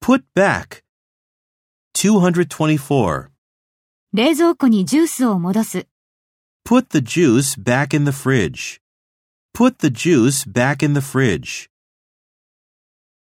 Put back. 224. 冷蔵庫にジュースを戻す。 Put the juice back in the fridge. Put the juice back in the fridge.